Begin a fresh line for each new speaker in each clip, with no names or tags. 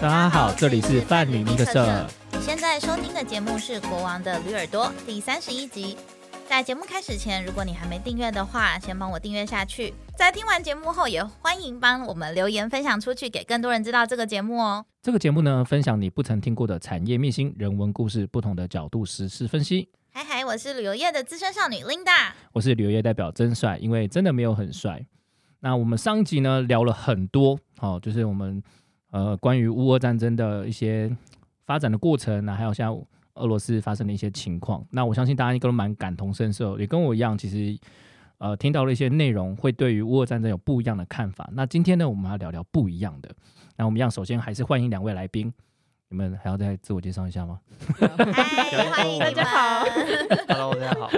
大家好，这里是泛女尼克社。
你现在收听的节目是《国王的驴耳朵》第三十一集。在节目开始前，如果你还没订阅的话，先帮我订阅下去。在听完节目后，也欢迎帮我们留言分享出去，给更多人知道这个节目哦。
这个节目呢，分享你不曾听过的产业秘辛、人文故事，不同的角度实事分析。
嗨嗨，我是旅游业的资深少女 Linda。
我是旅游业代表真帅，因为真的没有很帅。那我们上一集呢聊了很多，哦，就是我们呃关于乌俄战争的一些发展的过程，啊那还有像俄罗斯发生的一些情况。那我相信大家应该都蛮感同身受，也跟我一样，其实呃听到了一些内容，会对于乌俄战争有不一样的看法。那今天呢，我们要聊聊不一样的。那我们一样，首先还是欢迎两位来宾，你们还要再自我介绍一下吗？
嗨，欢迎你
大
们
家好。
Hello，大 家好。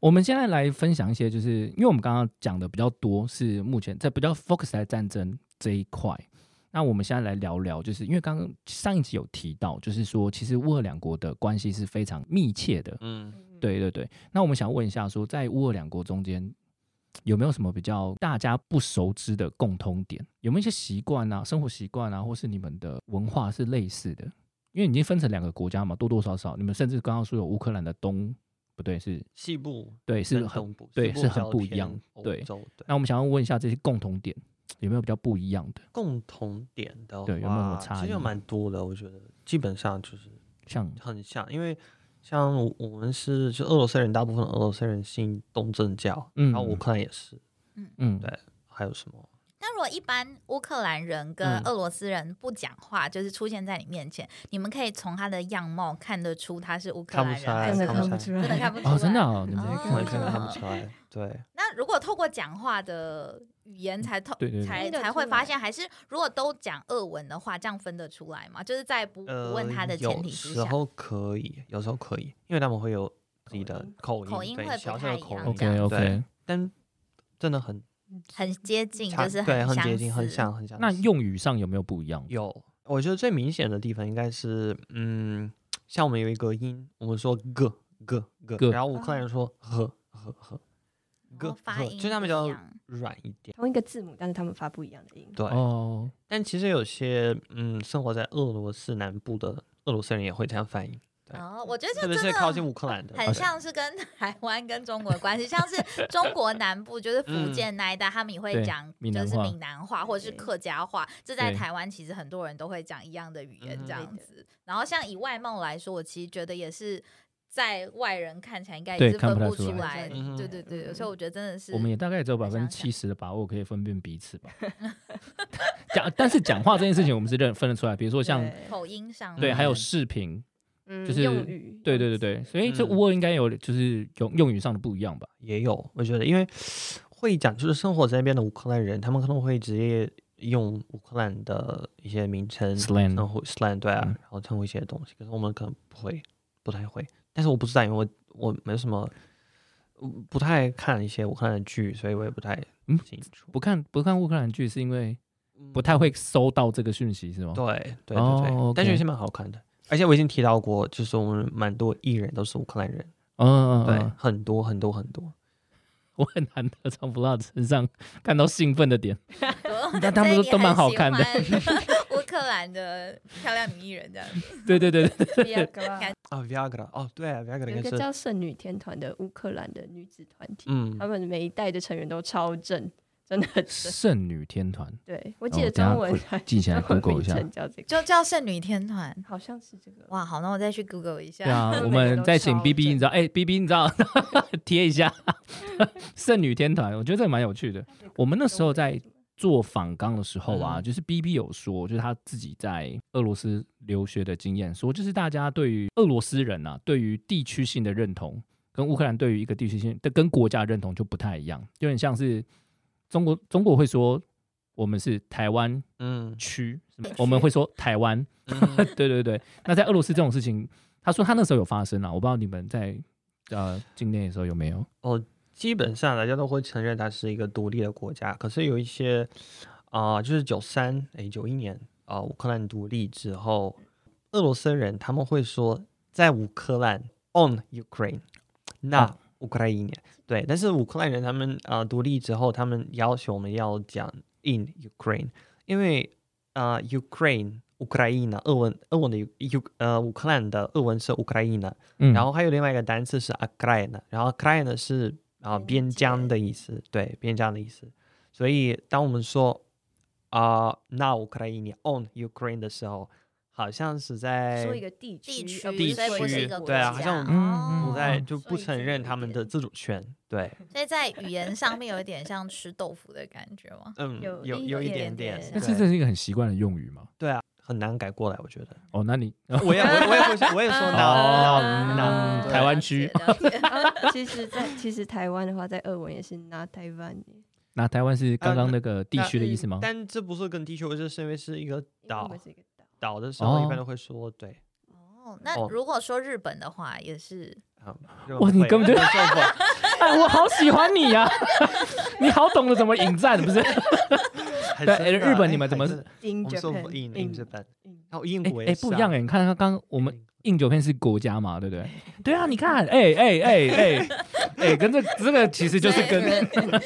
我们现在来分享一些，就是因为我们刚刚讲的比较多是目前在比较 focus 在战争这一块。那我们现在来聊聊，就是因为刚刚上一集有提到，就是说其实乌俄两国的关系是非常密切的。
嗯，
对对对。那我们想问一下说在乌俄两国中间有没有什么比较大家不熟知的共通点？有没有一些习惯啊、生活习惯啊，或是你们的文化是类似的？因为已经分成两个国家嘛，多多少少，你们甚至刚刚说有乌克兰的东，不对，是
西部
对，是
跟
很
东部，西
对
部
是
比
很
较
不一
偏
样
欧
对
洲对，
那我们想要问一下这些共同点有没有比较不一样的？
共同点的话，
对有没有什么差
其实有
异
蛮多的，我觉得基本上就是
像
很像，因为像我我们是就俄罗斯人，大部分俄罗斯人信东正教，然后
嗯
乌克兰也是，
嗯，
对还有什么？
那如果一般乌克兰人跟
嗯
俄罗斯人不讲话，就是出现在你面前，你们可以从他的样貌看得出他是乌克
看不
兰人
出来
还
真
是
的
什
看
么，
看不出来，
真的看不出来。
哦，真的、哦，你们
哦
我也真的
看
看
不
不出来，对，
那如果透过讲话的语
嗯
言才透
对对对
才
听得出
才会
来
发现，还是如果都讲俄文的话，这样分得出来吗？就是在不
呃
不，问他的前
有
提之
时
下，
候可以，有时候可以，因为他们会有自己的口
口音
音，对
会不
小
太
小的
一
口
样
音，
这样
OK
对
OK，
但真的很
很接近，
差
就是
对，很
相
接近，很
似。
像，很像。
那用语上有没有不一样？
有，我觉得最明显的地方应该是，嗯，像我们有一个音，我们说 g g
G
g，然后乌克兰人说和和和
然后
，g
嗯哦发音
就他们比
不一
较
样
软一点。
同一个字母，但是他们发不一样的音。
对，
哦，
但其实有些嗯，生活在俄罗斯南部的俄罗斯人也会这样翻译，对
哦，我觉得这
特别
真
是
的
靠近乌克兰的，
很像啊是跟 台湾跟中国的关系，像是中国南部就是福
嗯
建那一带，他们也会
对
讲
闽
就
南
是
话
闽南话或者是
对
客家话，这在
对
台湾其实很多人都会讲一样的语言
嗯
这样
对的
子。然后像以外貌来说，我其实觉得也是在外人看起来应该
对
也是
看
分
不太
不
出
出
来
来，
嗯哼
对对对，
嗯
所以我觉得真的是
我们也大概只有百
来
分之
想
七十的把握可以分辨彼此 吧。讲，但是讲话这件事情我们是认分得出来，比如说像
对
口音上
对，
面
还有
嗯
视频，
嗯
就是
用语，
对对对对，所以这
嗯
乌俄应该有就是用用语上的不一样吧？
也有，我觉得因为会讲就是生活在那边的乌克兰人，他们可能会直接用乌克兰的一些名称
Slang
称呼 slang 对啊，
嗯
然后称呼一些东西，可是我们可能不会，不太会。但是我不知道，因为我我没什么，嗯不太看一些乌克兰的剧，所以我也不太
嗯
清楚。
不看不看乌克兰剧是因为
嗯
不太会收到这个讯息是吗？
对对对对，
哦
但
OK
是有些蛮好看的。而且我已经提到过，就是我们蛮多艺人都是乌克兰人，
嗯嗯
对，
嗯，
很多很多很多。
我很难得从 v l o 身上看到兴奋的点。 但他们
所以
都
你
都蛮
很
好
喜
看的
欢乌克兰的漂亮女艺人这样子，
对对对对
第二个啊
啊，Viagra，哦，对啊，Viagra
有
应该
一个
是，
叫呃圣女天团的乌克兰的女子团体，
嗯
他，们每一代的成员都超正，真的很正。
圣女天团，
对我
哦
记得
等下
中文
我
还
记起来
中文
Google 一下
名称叫这个，
就叫剩女天团。
好像是这个。
哇，好，那我再去 Google 一下。
对啊，
每
我
个
们
都
再请
超
B B，
正
你知道？哎、b B，你知道 贴一下圣女天团，我觉得这个蛮有趣的。我们那时候在做访纲的时候啊，
嗯
就是 B B 有说，就是他自己在俄罗斯留学的经验，说就是大家对于俄罗斯人啊，对于地区性的认同，跟乌克兰对于一个地区性的跟国家认同就不太一样，有点像是中国中国会说我们是台湾
嗯，
区，是吗我们会说台湾。
嗯
对对对，那在俄罗斯这种事情，他说他那时候有发生啊，我不知道你们在呃境内的时候有没有。
基本上大家都会承认它是一个独立的国家，可是有一些啊、就是九三哎九一年啊、乌克兰独立之后，俄罗斯人他们会说在乌克兰 on Ukraine，那
啊
乌克兰一年对，但是乌克兰人他们啊、独立之后，他们要求我们要讲 in Ukraine，因为啊、Ukraine 乌克兰呢，俄文俄文的乌呃乌克兰的俄文是乌克兰呢，
嗯，
然后还有另外一个单词是 a k r a i n 然后 a k r a i n 是啊、
边
边疆的意思，对边疆的意思。所以当我们说啊、那 now Ukraine on Ukraine 的时候，好像是在
说一个地
地
区，
区
哦而不是
地
在
区
不是一个
国
对啊
家
好像我
们嗯
不
嗯
在
嗯
就
所
不
以
承
这
认
有
他们的
点
自主权，对，
哦所以在语言上面有一点像吃豆腐的感觉吗？
嗯，
有
有
一
有一点
点
点
点，
那
对
这这是一个很习惯的用语嘛？
对啊，很难改过来，我觉得。
哦，那你
我也我也我也会说 我也
哦
说 now
嗯
now now，对
台湾区
哦了 解，了解
啊 其实在，其实台湾的话，在俄文也是拿台湾耶，
那台湾是刚刚那个地
那嗯
区的意思吗？
但这不是跟地区，我就是因为是一个
因为我
岛
们，是一个岛。
岛的时候一
哦
般都会说对。
哦，那
哦
如果说日本的话，也是
啊
哇你根本就
受不了。
哎，我好喜欢你呀、 你好懂得怎么引战，不是？哎
还
对
真的
哎日本
哎
你们怎么
还真的
In
我们说
Japan,
in
in
in 日本，
in
然后英
哎、
国
哎
也是
不一样哎、
哎，
你看他刚刚我们
英
印九片是国家嘛，对不对？对啊，你看，哎哎哎哎哎，跟这这个其实 就是跟
对跟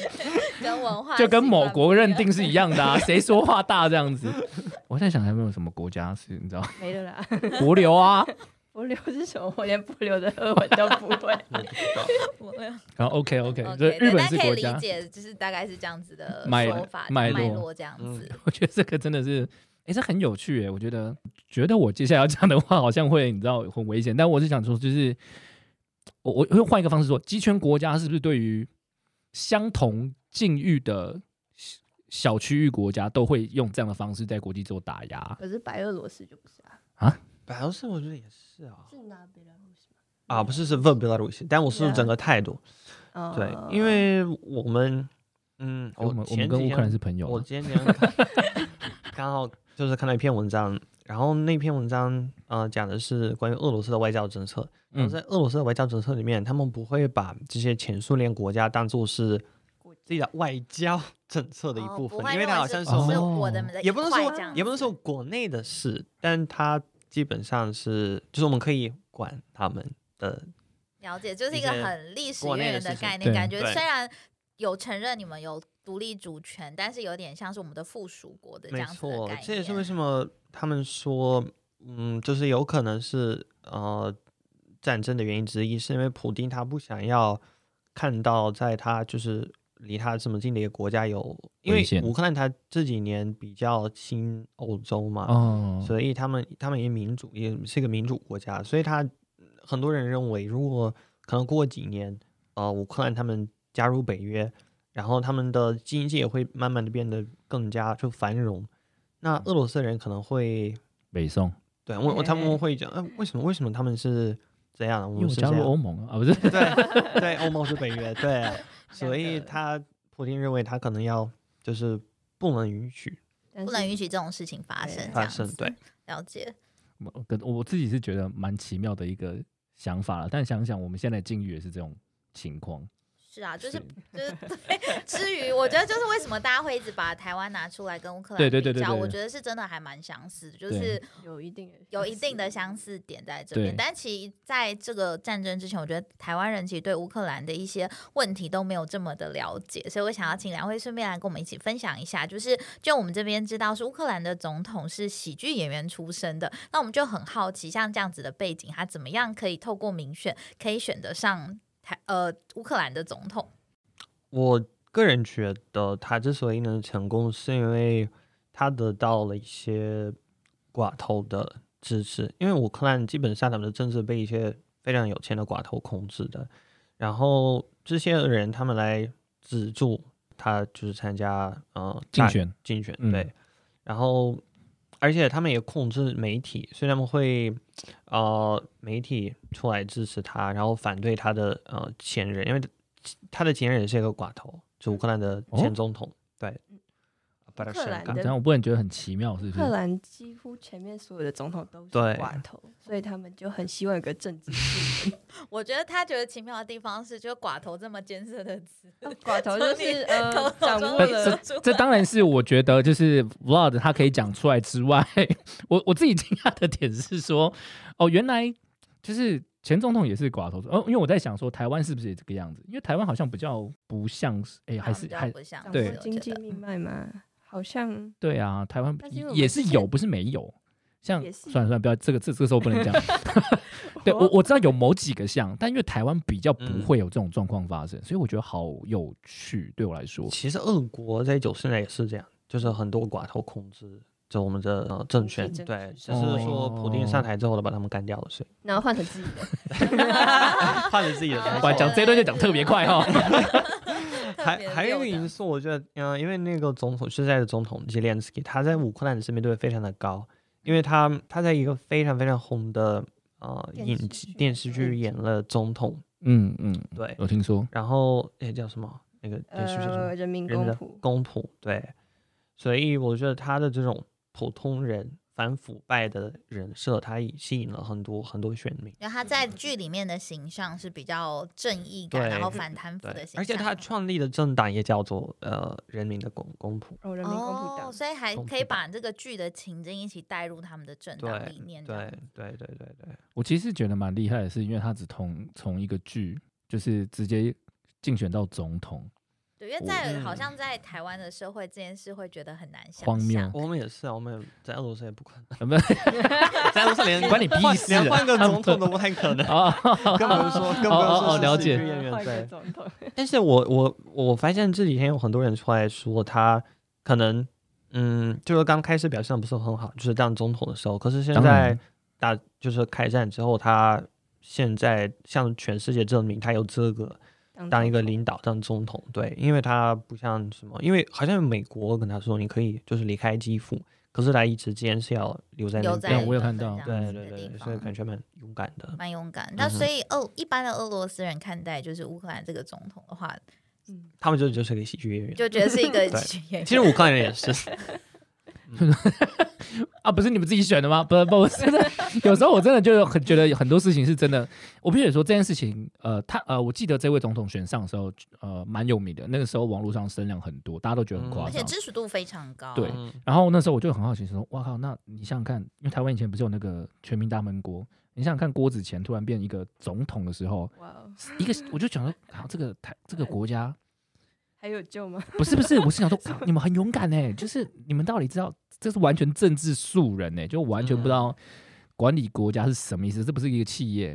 跟文化
就跟
习
某
惯不
国
一
认
啊样
定是一样的啊，谁说话大这样子？ 我在想有没有什么国家是你知道
没了啦。
国流啊，
波流是什么？我连波流的俄文都不会。
我不知道
我们
然后 OK OK，
OK，
所以
对
日本
但
是
可以
国
理
家，
解就是大概是这样子的
脉
说法
脉络
络这样
嗯
子。
我觉得这个真的是。哎，这很有趣哎，我觉得，觉得我接下来要讲的话好像会你知道很危险，但我是想说，就是我我我换一个方式说，集权国家是不是对于相同境遇的小小区域国家都会用这样的方式在国际做打压？
可是白俄罗斯就不是啊，
白俄罗斯我觉得也是啊，
是拿白俄罗斯吗？
啊不是是 v e r b e l a r u s 但我是
Yeah
整个态度，
哦
对，因为我们嗯，
哎我们我
前
们跟
几
乌
天
克兰是朋友啊
我
吗，
今天刚刚好就是看到一篇文章，然后那篇文章呃讲的是关于俄罗斯的外交政策，然
嗯
后在俄罗斯的外交政策里面，他们不会把这些前苏联国家当做是自己的外交 政策的一
哦
部
不
分，
会
因为
认
它好
是
像是
哦
我
是
们、
我的的
也不能
一块这
说
样
也不能
子
说国内的事，但它基本上是就是我们可以管他们的，
了解，就是
一
一个
些
很历史
国
渊
内的
源的
事情
概念，
对
感觉
对
虽然有承认你们有独立主权，但是有点像是我们的附属国的这
没
样子的
错
概念。，啊
这也是为什么他们说嗯，就是有可能是呃战争的原因之一，是因为普丁他不想要看到在他就是离他这么近的一个国家有，因
危
为
险
乌克兰他这几年比较亲欧洲嘛，
哦，
所以他们他们也民主，也是一个民主国家，所以他很多人认为，如果可能过几年，呃，乌克兰他们加入北约，然后他们的经济也会慢慢的变得更加就繁荣，
嗯
那俄罗斯人可能会
北宋，
对我我他们会讲，哎、为什么为什么他们是这样？我
因为
们
我
哦是
加
这
入
样
欧盟啊， 啊不是，
对对，欧盟是 北约，对，所以
两个
他普京认为他可能要就是不能允许
但
不能
是
允许这种事情发生
对。
这
发
样
生，
子
对，
了解。
我跟我自己是觉得蛮奇妙的一个想法了，但想想我们现在境遇也是这种情况，
是啊，就是
是
就是 对。至于我觉得，就是为什么大家会一直把台湾拿出来跟乌克兰
对对对
比较
对对对
我觉得是真的还蛮相似的，就
对
是
有一定的
有一定的相
似。
似点在这边，
对
但其实在这个战争之前，我觉得台湾人其实对乌克兰的一些问题都没有这么的了解，所以我想要请两位顺便来跟我们一起分享一下，就是就我们这边知道是乌克兰的总统是喜剧演员出身的，那我们就很好奇，像这样子的背景，他怎么样可以透过民选可以选得上台呃乌克兰的总统？
我个人觉得他之所以能成功，是因为他得到了一些寡头的支持。因为乌克兰基本上他们的政治被一些非常有钱的寡头控制的，然后这些人他们来资助他，就是参加呃
竞
大
选
竞选，
嗯
对。然后，而且他们也控制媒体，所以他们会呃媒体出来支持他，然后反对他的呃前任，因为他的前任也是一个寡头，就乌克兰的前总统，对。巴拉
嗯克
什
兰
卡
的
这样我不能觉得很奇妙，是不
乌克
是？
兰几乎前面所有的总统都是
对
寡头，所以他们就很希望有个政治制
我觉得他觉得奇妙的地方是，就是寡头这么艰涩的词，
衡。 寡头就是呃
从你
掌
从
握
你
这
了
说出来
这当然是我觉得就是 Vlad 他可以讲出来之外， 我我自己惊讶的点是说，哦，原来就是前总统也是寡头，哦，因为我在想说台湾是不是也这个样子？因为台湾好像比较不像是，哎，还是
比较
还
不像
掌
对
握经济命脉嘛，好像
对啊，台湾
但是因为我们
也是
之前
有，不是没有，像
也是
算了算了，不要这个这这个时候不能讲。对我我知道有某几个像，但因为台湾比较不
嗯
会有这种状况发生，所以我觉得好有趣。对我来说，
其实俄国在九十年代也是这样，就是很多寡头控制着我们的、呃、政权，
政
对，
权
只是说普丁上台之后，把他们干掉了， 所以
然后换成自己 的，
换了自己的
哦
台
哇，
湾。
讲这一段就讲特别快哈、
还还有一个因素，我觉得，嗯、因为那个总统现在的总统泽连斯基，他在乌克兰的知名度非常的高，因为他他在一个非常非常红的呃
电
影
视
集
剧
电视剧演了总统，
嗯嗯，
对，
有听说。
然后诶叫什么那个电视剧叫什么？
呃，人民
人
公
的
仆，
公仆，对，所以我觉得他的这种普通人反腐败的人设，他也吸引了很多很多选民。
然后他
嗯
在剧里面的形象是比较正义感，
对
然后反贪腐
对
的形，象，
而且他创立的政党也叫做呃人民的公公仆，
哦，人民公仆
哦，
党，
所以还
公
可以
仆党
把这个剧的情境一起带入他们的政党
对
理念，这
对
样
对对对对，
我其实觉得蛮厉害的是，因为他只从从一个剧就是直接竞选到总统，
对，因为
我
在
嗯
好像在台湾的社会这件事会觉得很难想
荒
象
谬。
我们也是啊，我们也在俄罗斯也不可能，
啊 不是
在俄罗斯连
关你屁
换
事啊，
连换个总统都不太可能
啊，
更不用说更不
哦
用
哦
说
哦了
是
解
喜剧演员
换一个
对。
总统，
但是我我我发现这几天有很多人出来说，他可能嗯，就是刚开始表现的不是很好，就是当总统的时候，可是现
当
在
然
打就是开战之后，他现在向全世界证明他有资格当一个
总统
领导，当总统。对，因为他不像什么，因为好像美国跟他说你可以就是离开基辅，可是他一直坚是要留在那
留在
边。
我有
日
看
本
到
这样
对
子
对
的地
对，所以
方
感觉蛮勇敢的。
蛮勇敢。那
嗯哼
所以俄一般的俄罗斯人看待就是乌克兰这个总统的 话，
他们就就是个喜剧演员。
就觉得是一个
对
喜剧演员
其实我个人 也是，
啊，不是你们自己选的吗？不不，我真的 有时候我真的就很觉得很多事情是真的。我必须得说这件事情，呃，他呃，我记得这位总统选上的时候，呃，蛮有名的。那个时候网络上声量很多，大家都觉得很夸
而且
张。
支持度非常高。
对
嗯
然后那时候我就很好奇说，哇靠，那你想想看，因为台湾以前不是有那个全民大闷锅？你想想看，郭子乾突然变一个总统的时候，
哇哦，
一个我就想说，靠，这个台这个国家
还有救吗？
不是不是，我是想说，靠你们很勇敢哎、就是你们到底知道这是完全政治素人哎、就完全不知道管理国家是什么意思，这不是一个企业。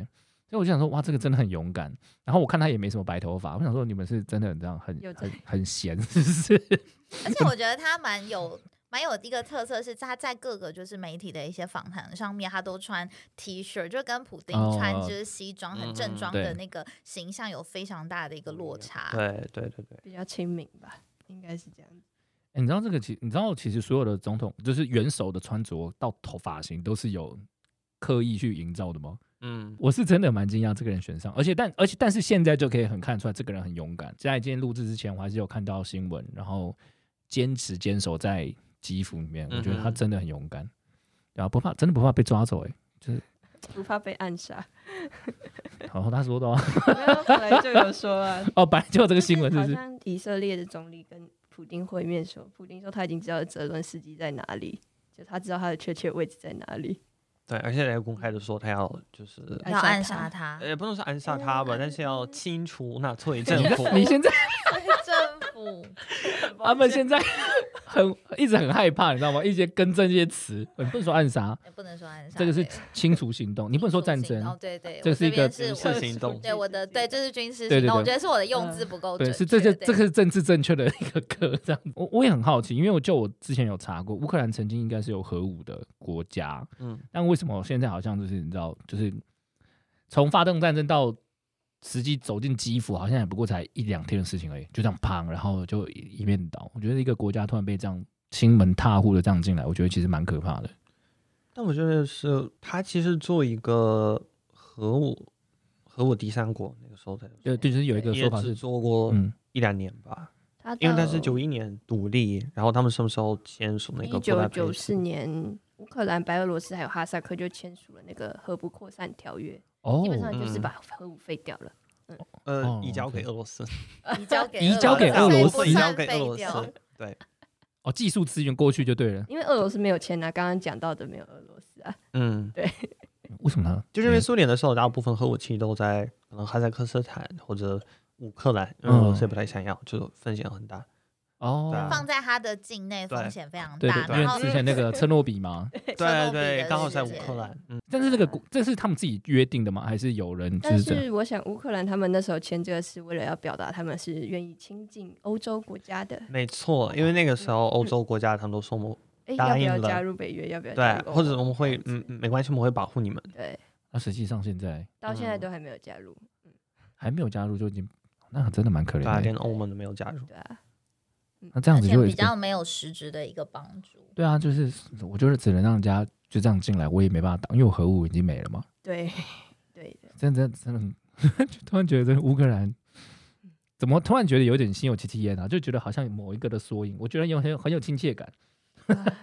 所以我就想说，哇，这个真的很勇敢。然后我看他也没什么白头发，我想说，你们是真的很这样，很
有
很很闲，是不是？
而且我觉得他蛮有。蛮有一个特色是，他在各个就是媒体的一些访谈上面，他都穿 T 恤，就跟普丁
哦
穿就是西装、很正装
对
的那个形象有非常大的一个落差。
对对对对，
比较亲民吧，应该是这样子。
欸你知道这个其，你知道其实所有的总统，就是元首的穿着到头发型都是有刻意去营造的吗？
嗯，
我是真的蛮惊讶这个人选上，而且但而且但是现在就可以很看出来这个人很勇敢。在今天录制之前，我还是有看到新闻，然后坚持坚守在基辅里面，我觉得他
嗯哼
真的很勇敢，然后、不怕，真的不怕被抓走哎、
不怕被 暗杀，
然后他说的哦
没有本来就有说啊，
哦，本来就有 这个新闻，是
好
不 是？
像以色列的总理跟普丁会面说，普丁说他已经知道泽伦斯基在哪里，就他知道他的确切位置在哪 里。
对，而且还公开的说他要就是，
要暗
暗
杀
杀
他，
也不能说暗杀他吧，但是要
嗯
清除 纳粹政府。
你现在
政府
他们现在 很一直很害怕，你知道吗？一些更正一些词，你不能说暗杀，
也不能说暗杀，
这个是
对
清除行动，你不能说战
哦
争，，
对对，
这
我
是一
边
个
是
军事
我
行 动
对我的对，这是军事
对对
行动，
对
我觉得是我的用字不够哦准
对，
确，
是这就
对
这个是政治正确的一个课，这样。我我也很好奇，因为我就我之前有查过，乌克兰曾经应该是有核武的国家，
嗯，
但为什么现在好像就是你知道，就是从发动战争到实际走进基辅，好像也不过才一两天的事情而已，就这样砰，然后就一一面倒。我觉得一个国家突然被这样亲门踏户的这样进来，我觉得其实蛮可怕的。
但我觉得是他其实做一个核武核武第三国那个时候的，
就就是有一个
也
说法
只
是，
做过
嗯，
一两年吧，
他
因为他是九一年独立，然后他们什么时候签署那个
哦一
布达
九
佩斯
九四年，乌克兰、白俄罗斯还有哈萨克就签署了那个核不扩散条约，
哦
基，本上就是
嗯
把核武废掉了。
呃
哦
移交给
OK
俄罗斯，
移交给
移交给俄罗斯
所以
移
不
交
算
给俄罗
废掉
斯，对，
哦，技术资源过去就对了，
因为俄罗斯没有签啊，刚刚讲到的没有俄罗斯啊，
嗯，
为什么呢？嗯
就是因为苏联的时候，大部分核武器都在可能哈萨克斯坦或者乌克兰，因为
嗯
俄罗斯也不太想要，就风险很大。
哦
对，啊
放在他的境内
对
风险非常
对
大，
对，因
然后
为之前那个车诺比嘛，
车
对
诺比的
对，刚好在乌
世界
克兰，嗯，
但是这个国这是他们自己约定的吗？还是有人就
但
这样？
是我想，乌克兰他们那时候签这个是为了要表达他们是愿意亲近欧洲国家的，
没错，因为那个时候欧洲国家他们都说我们
哎，
答
要不
应
要
了
加入北约？要不要
对
加
啊
入，欧
或者
盟
我们会
这样
嗯
子
嗯没关系，我们会保护你们。
对，
那实际上现在
到现在
嗯
都还没有加入，
还没有加入就已经，那真的蛮可怜
对啊，
的欸
连。欧盟都没有加入。
对啊，
那这样
而
子
且
就会
比较没有实质的一个帮助。
对啊，就是我觉得只能让人家就这样进来，我也没办法挡，因为我核武已经没了嘛。
对， 对的，
真的真的很， 就突然觉得这个乌克兰怎么突然觉得有点心有戚戚焉啊？就觉得好像某一个的缩影，我觉得有很有很有亲切感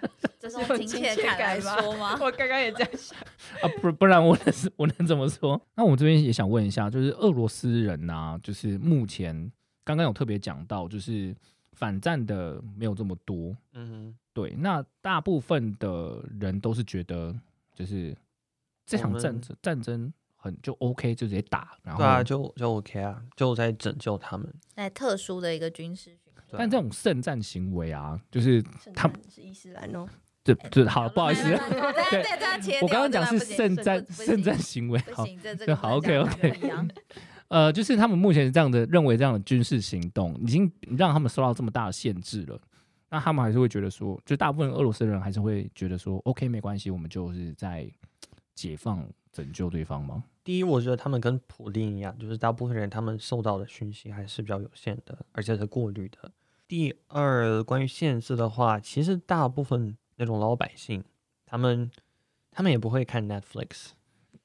这是
是用
亲
亲
切
切
感
感
来
吧
说 吗？
我刚刚也这样想，
啊！不不然我能 是我能怎么说？那我这边也想问一下，就是俄罗斯人呐、就是目前刚刚有特别讲到，就是反战的没有这么多，
嗯
对，那大部分的人都是觉得，就是这
我
场
们
战争战争很就 OK，就直接打，然后、
哼，对啊，就就 OK 啊，就在拯救他们。
在特殊的一个军事巡
对啊
但这种圣战行为啊，就是
圣
他
诞是伊斯兰哦，
这这好不好意思
来，来来我再
对
再再切掉
我刚刚
这
讲
段
是
不行
圣战
不行
圣战行为，
不
好，
行，这
对
这 个
好
不能
OK，OK
讲不一 样
呃，就是他们目前这样的认为这样的军事行动已经让他们受到这么大的限制了。那他们还是会觉得说，就大部分俄罗斯人还是会觉得说，OK，没关系，我们就是在解放拯救对方吗？
第一，我觉得他们跟普丁一样，就是大部分人他们受到的讯息还是比较有限的，而且是过滤的。第二，关于限制的话，其实大部分那种老百姓，他们他们也不会看 Netflix，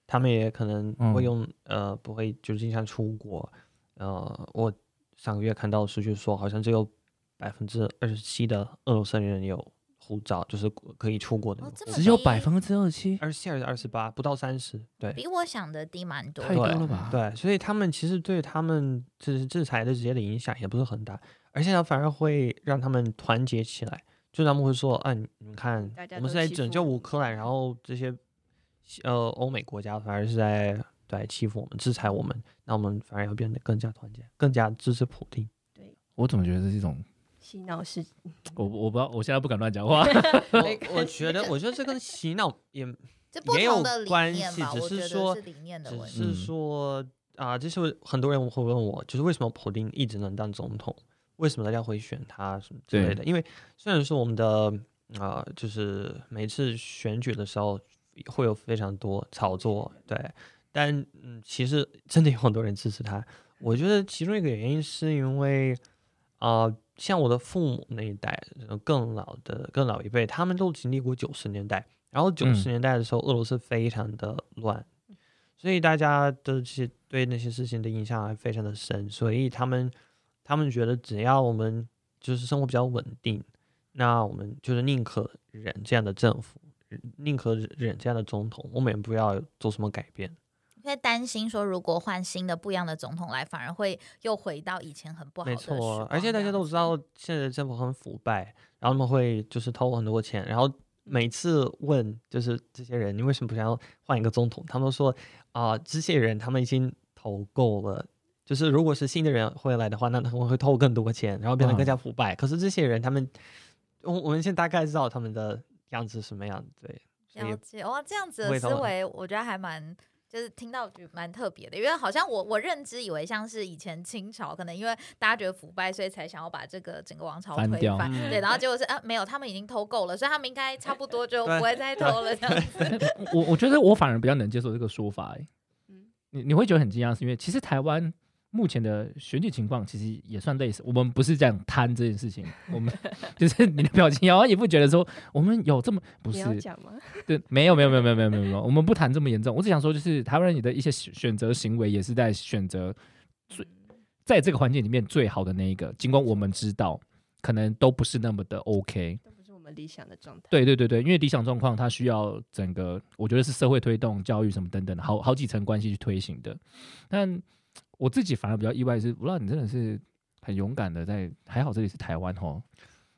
他们也可能
嗯
会用、呃不会就经常出国。呃，我上个月看到数据说，好像只有百分之二十七的俄罗斯人有护照，就是可以出国的
哦这么
只有
低
百分之二七，
二十七还是二十八，不到三十，对。
比我想的低蛮多的，
太多了吧？
对，所以他们其实对他们制制裁的直接的影响也不是很大，而且呢，反而会让他们团结起来。就他们会说，啊，你你们看
大，家
我们
都
是在
欺
拯
负
救
我
乌
们
克兰，然后这些呃欧美国家反而是在对欺负我们、制裁我们，那我们反而要变得更加团结，更加支持普 丁。
我怎么觉得这是一种
洗脑是
我我不知道，我现在不敢乱讲话。
我我觉得，我觉得这跟洗脑也
这不
也有
同的理
关
念
系
吧？
只
我
是
觉得
说
是理念的问
只
题。
是
嗯
说啊，就是很多人会问我，就是为什么普丁一直能当总统？为什么大家会选他什么之类的？因为虽然说我们的啊、就是每次选举的时候会有非常多炒作，对，但嗯，其实真的有很多人支持他。我觉得其中一个原因是因为啊、像我的父母那一代，呃更老的更老一辈，他们都经历过九十年代，然后九十年代的时候，俄罗斯非常的乱。所以大家的这些对那些事情的印象还非常的深，所以他们他们觉得只要我们就是生活比较稳定，那我们就是宁可忍这样的政府，呃宁可忍这样的总统，我们也不要做什么改变。
因为担心说，如果换新的不一样的总统来，反而会又回到以前很不好的
没
时光
错，而且大家都知道现在的政府很腐败，然后他们会就是偷很多钱，然后每次问就是这些人你为什么不想要换一个总统，他们都说啊、这些人他们已经投够了。就是如果是新的人会来的话，那他们会偷更多钱，然后变得
嗯
更加腐败。可是这些人，他们，我我们现在大概知道他们的样子是什么样，对，
这样
所以
了解哇，这样子的
味
思
道很
维，我觉得还蛮。就是听到觉得蛮特别的，因为好像我我认知以为像是以前清朝，可能因为大家觉得腐败，所以才想要把这个整个王朝
翻
推
掉
翻，
嗯
对，然后结果是啊没有，他们已经偷够了，所以他们应该差不多就
对
不会再偷了这样 子。
我我觉得我反而比较能接受这个说法、欸。
嗯
你你会觉得很惊讶，是因为其实台湾目前的选举情况其实也算类似。我们不是讲贪这件事情，我 们就是你的表情，然后也不觉得说我们有这么不
你要
是
讲吗？
对，没有没有没有没有没有没有没有，我们不谈这么严重。我只想说，就是台湾人的一些选选择行为也是在选择最
嗯
在这个环境里面最好的那一个，尽管我们知道可能都不是那么的 OK。
都不是我们理想的状态。
对对对对，因为理想状况它需要整个，我觉得是社会推动、教育什么等等的，好好几层关系去推行的。但我自己反而比较意外的是，我让你真的是很勇敢的在，还好这里是台湾哦。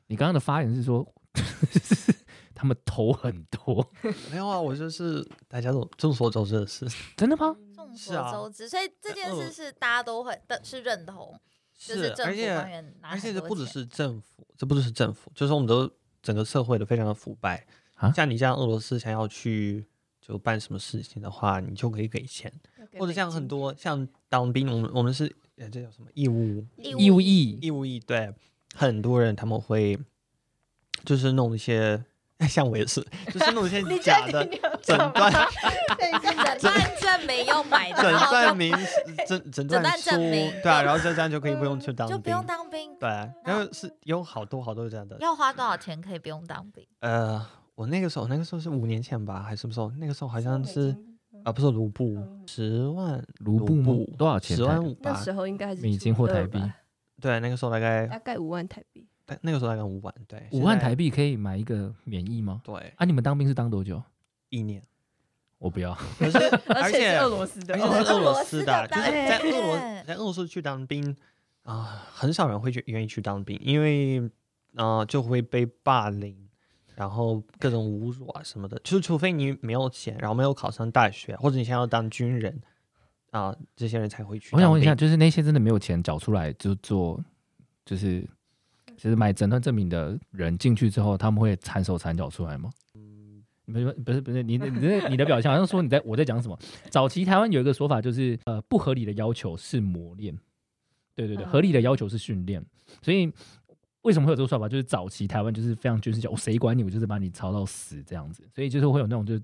你刚刚的发言是说， 他们投很多，
没有啊，我就是大家都众所周知的事，
真的吗？
众
是
所
啊
周知，所以这件
呃
事是大家都会的是认同，就是政
而
府官
且
员拿
而
很
且这
多
不只
钱
是政府，这不只是政府，就是我们都整个社会都非常的腐败。
啊
像你这样俄罗斯想要去就办什么事情的话，你就可以给钱，或者像很多像当兵，我们我们是呃这叫什么义务
义务役
义务役，对，很多人他们会就是弄一些， 像我也是，就是弄 一些
你
假的诊断
等一下，
诊断证明要买的，
诊
然后就
断明诊诊
诊
断
断
书
证明，嗯
对啊，然后这样就可以不用去当
就
兵，
不用当兵，
对啊，然后是有好多好多这样的，
要花多少钱可以不用当兵？
呃，我那个时候，那个时候是五年前吧，还是什么时候？那个时候好像是啊、不是卢布，十万
卢布吗多少钱
十
台
万
币
五
那
吧
时。哎候应该还是
美金或
初二
台币
吧
对，那个时候大
大
概，
概五万台币，
但那个时候大概五万，对，
五万台。币可以买一个免疫吗？
对，
啊，你们当兵是当多久？
一年，
我不要，
可是而
而
且
是俄罗斯的
而
哦，
且是俄罗斯
的
的，
当
就是在
兵
俄罗
耶
在俄罗斯去当兵啊、很少人会去愿意去当兵，因为啊就会被霸凌，然后各种侮辱啊什么的，就是除非你没有钱，然后没有考上大学，或者你想要当军人啊、这些人才会去。
我想问一下，，就是那些真的没有钱缴出来就做，就是就是买诊断证明的人进去之后，他们会缠手缠脚出来吗？嗯，不是不是不是，你你的你的表情好像说你在我在讲什么？早期台湾有一个说法，就是呃不合理的要求是磨练，对
啊
对对，合理的要求是训练，所以。为什么会有这个说法？就是早期台湾就是非常军事教，我谁管你，我就是把你操到死这样子，所以就是会有那种就是，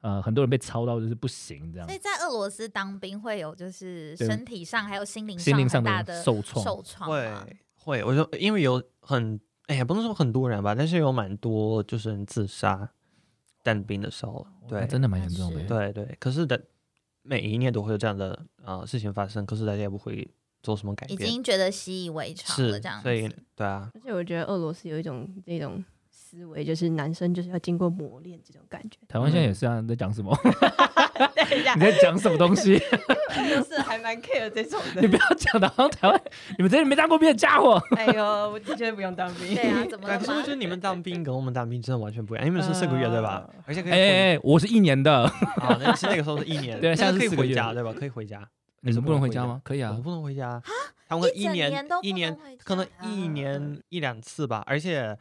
呃，很多人被操到就是不行
嗯
这样
所以，在俄罗斯当兵会有就是
对
身体上还有心灵
心灵
很
上
大
的受创，
受创吗，
会会，我就因为有很哎呀，不能说很多人吧，但是有蛮多就是人自杀，当兵的时候，
那
对
哎真的蛮严重
是
的。
对对，可是的每一年都会有这样的啊、呃事情发生，可是大家也不会做什么改
已
变，
经觉得习以为常了
是
这样
所以
子。
对啊，
而且我觉得俄罗斯有一种那种思维，就是男生就是要经过磨练这种 感觉。
台湾现在也是啊，你在讲什么？
等一下
你，在讲什么东 西？
就是还蛮 care 这种
你
的。
不要讲的，好像台湾你们这些没当过兵的家伙。
哎呦，我的确不用当兵。
对 啊，怎么
对啊，
了
可是我
吗
觉？得你们当兵跟我们当兵真的完全不一样，你们是四个月对吧？
哦
而且可以
哎
回、
哎哎，我是一年的，
啊，那是那个时候是一 年，
对啊现
但
在是
可以
四个
回
月
家对吧？可以回家，
你们不能回家吗？可以
我
啊
们，不能回家，他们会
一
一
整
年
年都
一
不
年
能回
可能
家啊
一年一两次吧，而且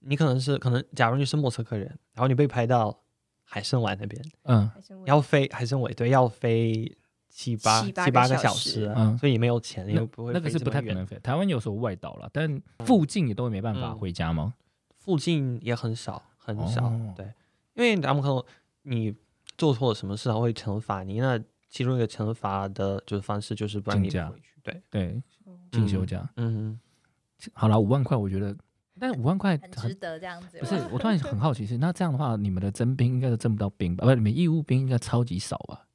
你可能是可能，假如你是莫斯科人，然后你被拍到海参崴那边，
嗯
要飞海参崴对，要飞七八
七八
七
个
八个
小
小
时
时，
嗯，
所以也没有钱，也
那
不会
那个
飞
是
这
不
么
太可
远
能飞。台湾有时候外岛了，但附近也都没办法
嗯
回家吗？
附近也很少很少，
哦
对，因为咱们可能你做错了什么事，他会惩罚你，那其中一个惩罚的就是方式就是不让
竞
你
价
回去，对，
对，进修假。
嗯，
好啦，五万块，我觉得，但五万块
很值
很。
得这样子吗，
不是，我突然很好奇是，那这样的话，你们的征兵应该都征不到兵吧？不，你们义务兵应该超级少吧？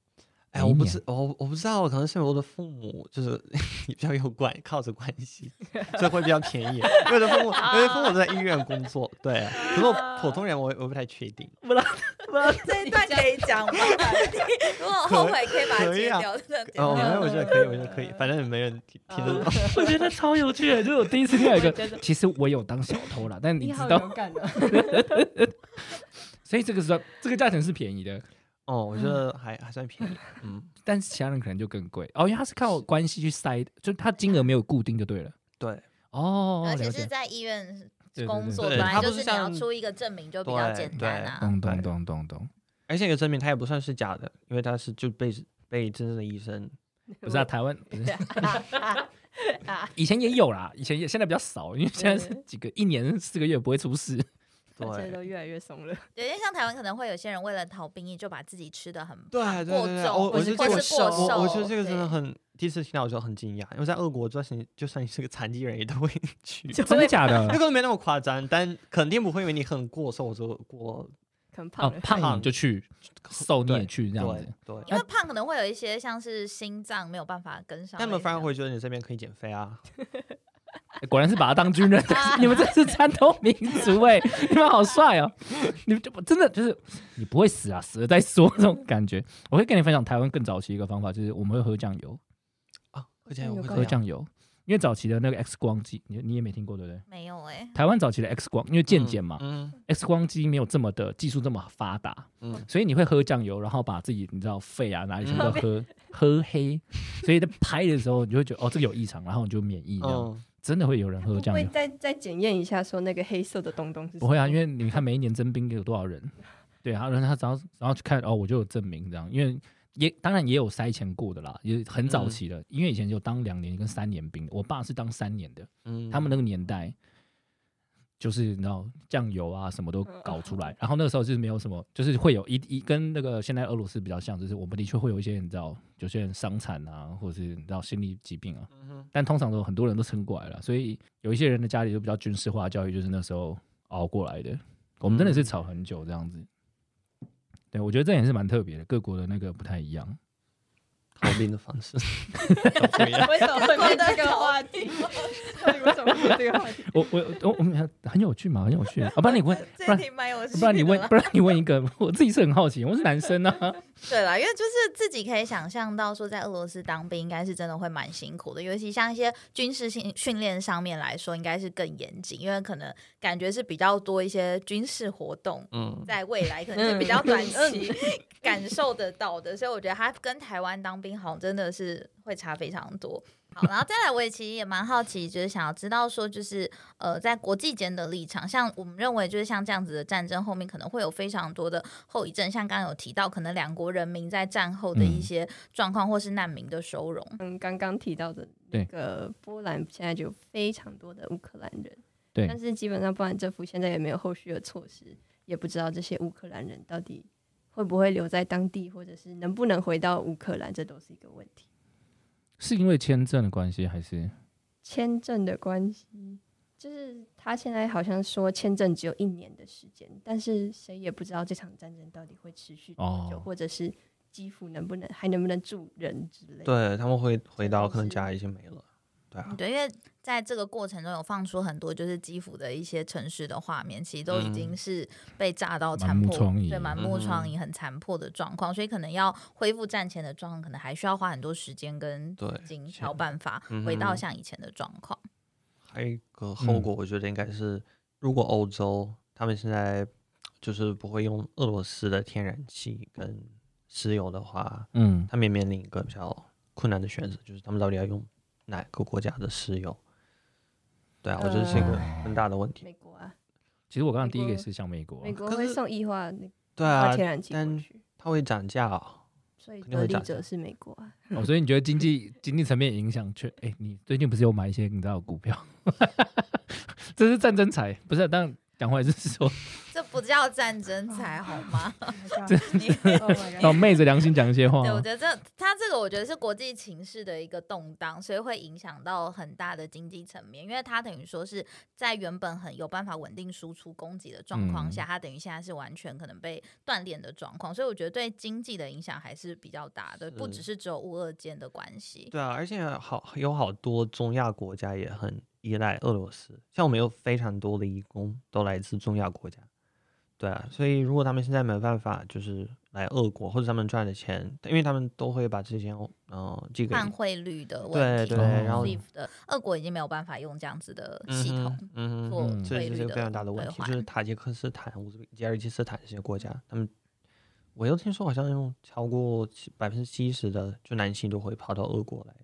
哎，
每一
我不
年
知我我不知道，可能是我的父母就是 比较有关靠着关系，所以会比较便宜。 因为我的父母，因为父母都在医院工作，对。如果普通人我，我不太确定。
这一段可以讲 吗？ 如果后悔可以把它
可以
戒
啊
掉，真的剪掉。
哦，没有，我觉得可以，我觉得可以，反正也没人听听
嗯
得懂。
我觉得超有趣的，就是我第一次听到一
我觉
个
得，
其实我有当小偷啦，但你
你
知
好
道
勇，敢啊！
所以这个时候这个价钱是便宜的，
哦，我觉得还还算便宜， 嗯，
但是其他人可能就更贵哦，因为他是靠关系去塞，就他金额没有固定就对了。
对
哦，
而
了
且
解
是在医院
对对
工作，
对
本
对
来
它
就
不是
你要
像
出一个证明就比较
对
简单
对嗯
啊。
懂懂懂懂懂，
而且这个证明它也不算是假的，因为它是就被被真正的医生，
不 是啊， 台湾不是以前也有啦，以前也现在比较少，因为现在是几个一年四个月不会出事。
对
现在都越来越松了。
对，因为像台湾可能会有些人为了逃兵役就把自己吃的很
对对
过
对对，我
重，
我
是
觉
或
得这个
是过
瘦
瘦，
我我觉得这个真
对
的很第一次听到，我就很惊讶，因为在俄国，就算你就算你是个残疾人，也都会 去。
真的假
那
的？
个没那么夸张，但肯定不会因为你很过瘦就过
可能胖
哦
了，，
胖你就去，瘦你也去这
对
样子。
对。
因为胖可能会有一些像是心脏没有办法跟上，
但他们反而会觉得你这边可以减肥啊，
欸果然是把他当军人， 你们这是战斗民族 哎、你们好帅哦！你们就真的就是你不会死啊，死了再说这种感觉。我会跟你分享台湾更早期一个方法，就是我们会喝酱油，
啊，喝酱油
酱油
会
膏
这
喝
样，
酱油，因为早期的那个 X 光机，你你也没听过对不对？
没有哎、
台湾早期的 X 光，因为健检嘛、
嗯
x 光机没有这么的技术这么发达，
嗯
所以你会喝酱油，然后把自己你知道肺啊哪里全部都喝、喝黑，所以在拍的时候你就会觉得哦这个有异常，然后你就免疫这样，
嗯，
真的会有人喝酱
会
油。
再再检验一下，说那个黑色的东东是什么？
不会啊，因为你看每一年征兵有多少人，对啊，然后他只要然后去看哦，我就有证明这样，因为也当然也有筛前过的啦，也很早期的，因为以前就当两年跟三年兵，我爸是当三年的，
嗯
他们那个年代就是你知道酱油啊什么都搞出来，然后那个时候就是没有什么，就是会有一一跟那个现在俄罗斯比较像，就是我们的确会有一些你知道有些人伤残啊，或者是你知道心理疾病
嗯
啊，但通常都很多人都撑过来了，所以有一些人的家里就比较军事化教育，就是那时候熬过来的。我们真的是吵很久这样子。对，我觉得这也是蛮特别的，各国的那个不太一样。
逃避的方式。
为什么会问这个话 题？到底为什么会问这个话题？
我我我我们很有趣嘛，很有趣啊！不然你问，不
这一
然
题蛮有趣的 啦。
不然你问，不然你问一个， 我自己是很好奇，我是男生啊，
对啦，因为就是自己可以想象到说，在俄罗斯当兵应该是真的会蛮辛苦的，尤其像一些军事训训练上面来说，应该是更严谨，因为可能感觉是比较多一些军事活动。
嗯，
在未来可能是比较短期 感受得到的，所以我觉得他跟台湾当兵好像真的是会差非常多。好，然后再来，我也其实也蛮好奇，就是想要知道说，就是呃，在国际间的立场，像我们认为，就是像这样子的战争后面可能会有非常多的后遗症，像刚刚有提到，可能两国人民在战后的一些状况，或是难民的收容。
嗯，刚刚提到的
对
那个波兰现在就有非常多的乌克兰人，
对
但是基本上波兰政府现在也没有后续的措施，也不知道这些乌克兰人到底会不会留在当地，或者是能不能回到乌克兰，这都是一个问题。
是因为签证的关系还是？
签证的关系，就是他现在好像说签证只有一年的时间，但是谁也不知道这场战争到底会持续多久，
哦
或者是基辅能不能还能不能住人之类的。
对他们会回到可能
这都是
家已经没了，对啊，
对，因为在这个过程中有放出很多就是基辅的一些城市的画面，其实
嗯
都已经是被炸到残
满目
破，
疮痍
对，满目疮痍、很残破的状况，所以可能要恢复战前的状况，可能还需要花很多时间跟
对
资金
是
想办法
嗯哼
回到像以前的状况。
还有一个后果，我觉得应该是，如果欧洲他们现在就是不会用俄罗斯的天然气跟石油的话，
嗯，
他们也面临一个比较困难的选择，就是他们到底要用哪个国家的石油？对啊，我觉得是一个很大的问题。
美国啊，
其实我刚刚第一个也是想美国啊、
美国
可
会
是
送液化那
对
化
啊，
天然气过
但
去，
它会涨价哦。
所以
肯定
得
会
利
涨
者
价
是美国啊。
哦，所以你觉得经济经济层面影响却？哎、你最近不是有买一些你知道的股票？ 这是战争财，不是？但讲回来就是说，
这不叫战争
啊
才好吗？你
要昧着哦良心讲一些 话
哦
对，
啊
我。觉得这它这个我觉得是国际情势的一个动荡，所以会影响到很大的经济层面，因为它等于说是在原本很有办法稳定输出供给的状况
嗯
下，它等于现在是完全可能被断裂的状况，所以我觉得对经济的影响还是比较大的，不只是只有乌俄间的关系。
对啊，而且好有好多中亚国家也很依赖俄罗斯，像我们有非常多的义工都来自中亚国家。对啊，所以如果他们现在没办法就是来俄国，或者他们赚的钱，因为他们都会把这些嗯、呃、寄给
换汇率的问题，
对
对然后
SWIFT 的俄国已经没有办法用这样子的
嗯
系统。
哼嗯
做
哼，这
汇
也
率
是一个
的
非常大的问
兑
题，就是
换
塔吉克斯坦、乌兹别吉尔吉斯坦这些国家，他们我又听说好像用超过百分之七十的就男性都会跑到俄国来，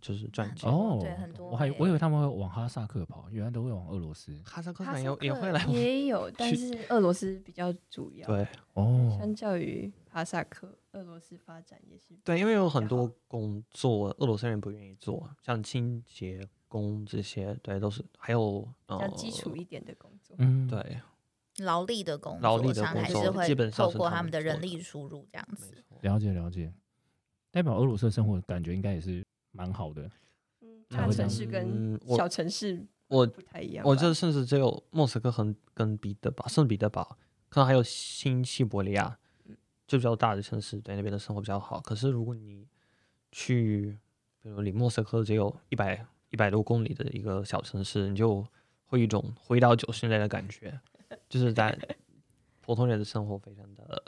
就是赚钱。
哦，
对很多
我还
欸
我以为他们会往哈萨克跑，原来都会往俄罗斯。
哈萨克斯
哈
坦
萨
也也
克
会来，
也有，但是俄罗斯比较主要。
对，
哦，
相较于哈萨克，俄罗斯发展也是
对，因为有很
较
多工作俄罗斯人不愿意做，像清洁工这些，对，都是还有
比
呃
较基础一点的工作。
嗯，，
对，
劳力的工
劳力
作
的
上
工
还
作
是会
基本上
透
是
过
他
他
们
们的人
做的
力输入这样
没
子。
错，
了解了解。代表俄罗斯的生活感觉应该也是蛮好的。
嗯，
那
大
会这样
城市跟
嗯我
小城市
我
不太一样吧。
我这甚至只有莫斯科和跟彼得堡，圣彼得堡，可能还有新西伯利亚，就比较大的城市，对那边的生活比较好。可是如果你去，比如离莫斯科只有一百一百多公里的一个小城市，你就会有一种 回到九十年代的感觉，就是在普通人的生活非常的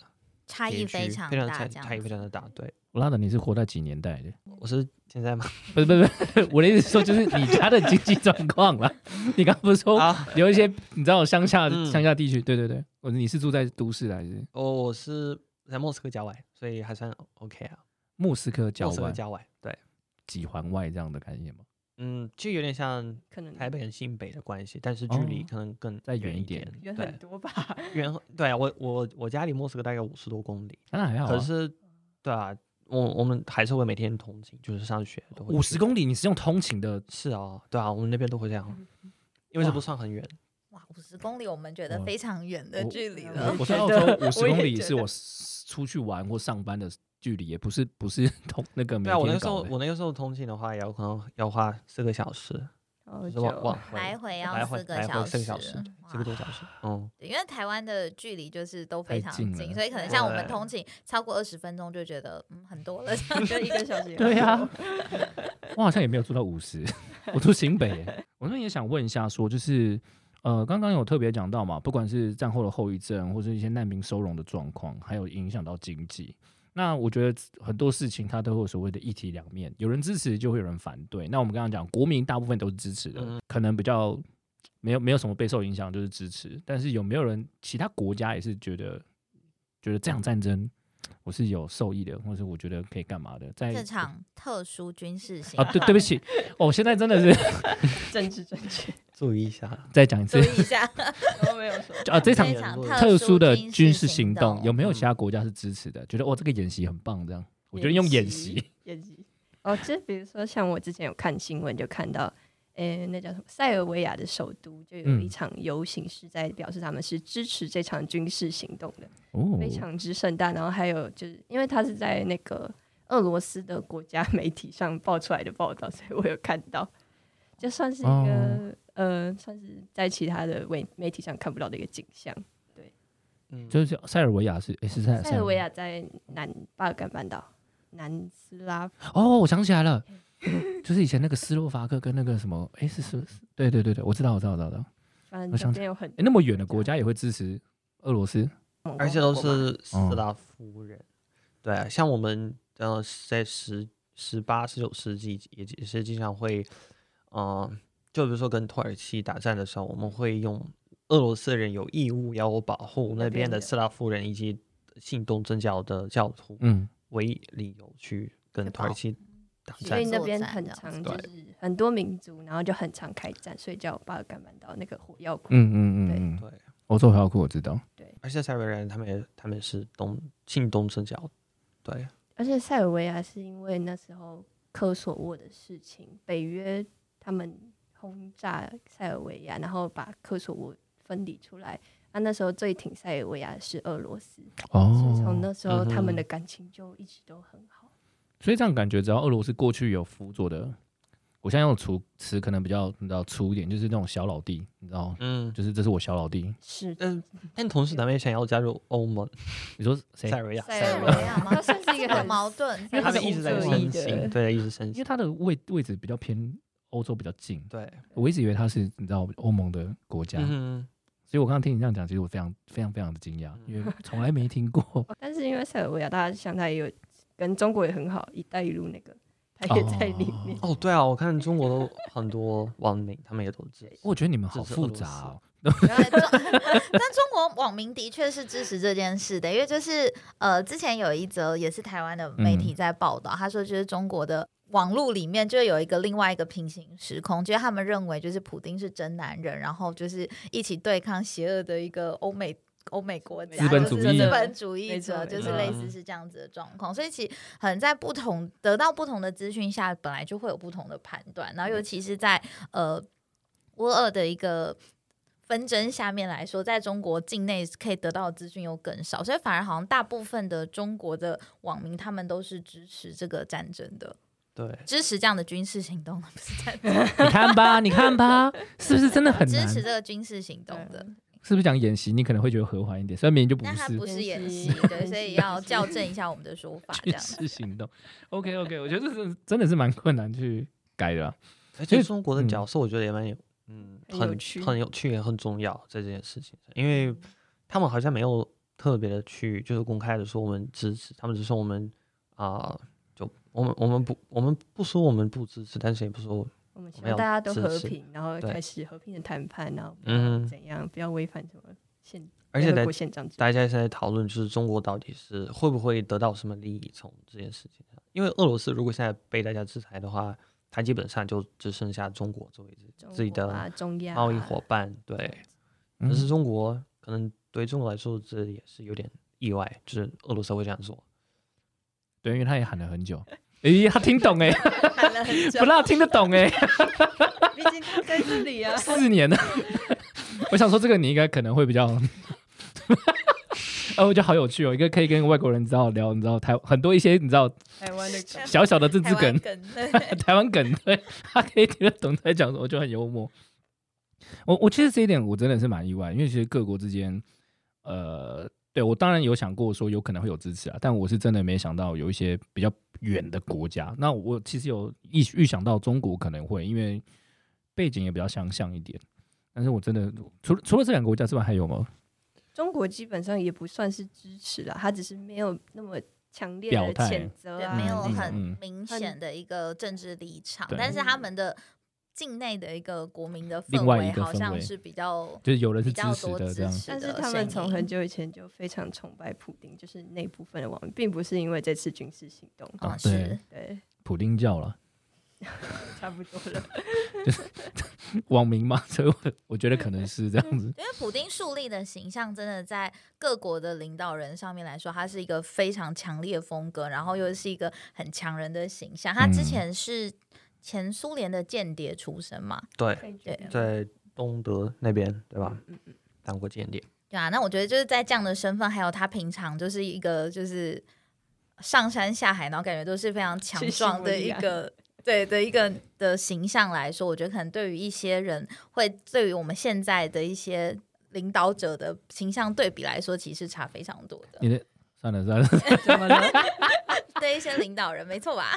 差异
地
非
区
常
非常
大
差
这样
差异非
子嗯
常的大。对，
我拉的你是活到几年代的？
我是现在吗？
不是不是不是，我 的意思是说就是你家的经济状况啦。 你刚不是
哦
说
啊，
有一些你知道乡下
嗯
乡下地区？对对对，我你是住在都市的还是
哦，我是在莫斯科郊外，所以还算 OK 啊。
莫斯科郊
莫斯科
外、
郊外，对，
几环外这样的概念吗？
嗯，就有点像
可能
台北跟新北的关系，但是距离
哦
可能更
再
远
远一
点
点。
远
对
很，多吧？
远很对啊，我我我家离莫斯科大概五十多公里，
那还好、啊，
可是对啊，我我们还是会每天通勤，就是上学都会
五
去
十公里你是用通勤的，
是啊，对啊，我们那边都会这样，
嗯
因为这
哇
不算很远，
哇，五十公里我们觉得
我
非常远的
我
距离
我
了。
我
觉
在澳
得
洲五十
我也
公里
觉
是
得
我 s- 出去玩或上班的距离，也不是不是同那个每
对啊，我那
天
个时候
搞的。欸
我那个时候通勤的话，也有可能要花四个小时，
好
就是
久
往往回
来回
来
要
回
四个
来
小
回四个小
时
时，对四个
哇
多小时，嗯，
对因为台湾的距离就是都非
太
常
近
近，
了
所以可能像我们
对
通勤超过二十分钟就觉得嗯很多了。
就 一个小 时。
对
啊
呀、 我好像也没有住到五 十，我住新北耶。我那也想问一下说就是呃，刚刚有特别讲到嘛，不管是战后的后遗症，或是一些难民收容的状况，还有影响到经济。那我觉得很多事情它都会有所谓的一体两面，有人支持就会有人反对。那我们刚刚讲，国民大部分都是支持的，
嗯
可能比较没有没有什么备受影响，就是支持。但是有没有人其他国家也是觉得觉得这场战争我是有受益的，或是我觉得可以干嘛的？在
这场特殊军事行
啊，对对不起，哦，现在真的是
政治正确，
注意一下，
再讲一
注
次
意一下，
我没有说。
啊，这场
这场
特殊的军
军
事行动有没有
嗯
其他国家是支持的？觉得哦，这个演习很棒，这样我觉得用演习，
演习。哦，就比如说像我之前有看新闻，就看到，诶、那叫什么？塞尔维亚的首都就有一
嗯
场游行，是在表示他们是支持这场军事行动的，
哦，
非常之盛大。然后还有就是，因为他是在那个俄罗斯的国家媒体上爆出来的报道，所以我有看到，就算是一个、
哦
呃，算是在其他的媒媒体上看不到的一个景象。
嗯，
就是塞尔维亚是啊诶是在
塞尔维亚在南巴尔干半岛，南斯拉夫，
哦，我想起来了，就是以前那个斯洛伐克跟那个什么，诶，是是是，对对对对，我知道我知道我知道我知道，
反
我
正
想
那
起
边有很
诶，那么远的国家也会支持俄罗斯，
多
而且都是
哦
斯拉夫人，对啊，像我们呃在十十八、十九世纪也也是经常会，呃，就比如说跟土耳其打仗的时候，我们会用俄罗斯人有义务要保护
那
那边
边
的
的
斯拉夫人以及信东正教的教徒
嗯，
为理由去跟
去
土耳
保
其打
所
战。
以那
作
边
战
很
这样
常
子
就是很多民族，然后就很常开战，所以叫巴尔干半岛那个火药库。
嗯嗯嗯嗯，
对，
欧洲还有库我知道，
而且塞尔维亚人他们也他们是东信东正教，对，啊
而且塞尔维亚是因为那时候科索沃的事情，北约他们轰炸塞尔维亚，然后把科索沃分离出来。啊那、那时候最挺塞尔维亚的是俄罗斯，所以从
哦，
那时候他们
嗯哼
的感情就一直都很好。
所以这样感觉，只要俄罗斯过去有辅佐的，我现在用词词可能比较你知道粗一点，就是那种小老弟，你知道，
嗯，
就是这是我小老弟，
是
嗯，但同时他们也想要加入欧盟，
你说谁
塞？尔维亚，
塞
塞
尔
尔维
维
亚。
亚 吗
它？算是一
这
个
个
很
矛盾，
因为
他
他
们
们
一
一
直
直
在
在
申
申
请，
请
对，一直申
因为
请，
他的位位置比较偏欧洲比较近，
对，
我一直以为他是你知道欧盟的国家，
嗯
所以我刚刚听你这样讲，其实我非常非常非常的惊讶，
嗯
因为从来没听 过
但是因为塞尔维亚，大家想它也有跟中国也很好，“一带一路”那个，它也在里面。
哼，哦，对啊，我看中国都很多网民，他们也都支持，
我觉得你们好
这是
复杂哦。
对中 但中国网民的确是支持这件事的，因为就是呃，之前有一则也是台湾的媒
嗯
体在报道，他说就是中国的。网络里面就有一个另外一个平行时空，就是他们认为就是普丁是真男人，然后就是一起对抗邪恶的一个欧美欧美国家，
资本主义
就是资本主义
没错
者，
没错
就是类
嗯
似是这样子的状况。所以其实可能在不同得到不同的资讯下，本来就会有不同的判断，然后尤其是在呃乌俄的一个纷争下面来说，在中国境内可以得到的资讯又更少，所以反而好像大部分的中国的网民他们都是支持这个战争的，
对，
支持这样的军事行动的，不是战争，
你看吧，你看吧，是不是真的很
支
难？
持
是
这个军事行动的。
不是讲演习，你可能会觉得和缓一点，虽然明明就不
但它
是
不是演习，
演习
对，所以要校正一下我们的说 法，这
军
样子。
事行动。OK OK，我觉得这是真的是蛮困难去改的啊啦。
而
所以
且中国的角色我觉得也蛮有，嗯，
很
很
有趣
很有趣也很重要在这件事情上，因为他们好像没有特别的去就是公开的说我们支持，他们只说我们啊、就我们我们不我们不说我们不支持，但是也不说
我们希
我们要
望大家都和
支持
平，然后
对
开始和平的谈判，然后不
嗯
要怎样，不要违反什么宪，
而且
联合
在
国宪章之类
大家现在讨论就是中国到底是会不会得到什么利益从这件事情上，因为俄罗斯如果现在被大家制裁的话，它基本上就只剩下中国作为
中
自己
国
的
啊中亚
贸易
啊
伙伴，对。
嗯
可是中国可能对中国来说这也是有点意外，就是俄罗斯会这样做。
对，因为他也喊了很久。诶，他听懂哎、
喊了很久
不，让他听得懂 哎、。
啊
毕竟他在这里 啊
四年了。 我想说这个你应该可能会比较， 哎，我觉得好有趣哦，一个可以跟外国人你知道聊，你知道台很多一些你知道
台湾 的梗
小小的政治
台
梗，
湾梗， 对
台湾梗，对，他可以听得懂在讲什么，就很幽默。我我其实这一点我真的是蛮意外，因为其实各国之间，呃，对我当然有想过说有可能会有支持啊，但我是真的没想到有一些比较远的国家。那我其实有预预想到中国可能会，因为背景也比较相像一点。但是我真的除了 除了这两个国家之外还有吗？
中国基本上也不算是支持啦，他只是没有那么强烈
表
的
态
谴责
对，
啊，
没有
嗯
很
嗯
明显的一个政治立场，
对
但
嗯
是他们的境内的一个国民的
另外
氛围
一个
好
氛
像
围
是比较
就是有人是
比
支
较
持
多
的这
支
样，
持
但
的声音，
是他们从很久以前就非常崇拜普丁，就是那部分的网民，并不是因为这次军事行动。
啊
哦
对
是
对，
普丁教了
差不多了。
网民嘛，所以我我觉得可能是这样子。
因为普丁树立的形象，真的在各国的领导人上面来说，他是一个非常强烈的风格，然后又是一个很强人的形象。
嗯
他之前是前苏联的间谍出身嘛，
对，
对
在东德那边，对吧？
嗯
当过间谍，
对啊，那我觉得就是在这样的身份，还有他平常就是一个就是上山下海，然后感觉都是非常强
去西
壮
伯
的
利
一
亚
个对的一个的形象来说，我觉得可能对于一些人会对于我们现在的一些领导者的形象对比来说，其实差非常多的。
你的算了算了，
怎 么了？
对一些领导人，没错吧？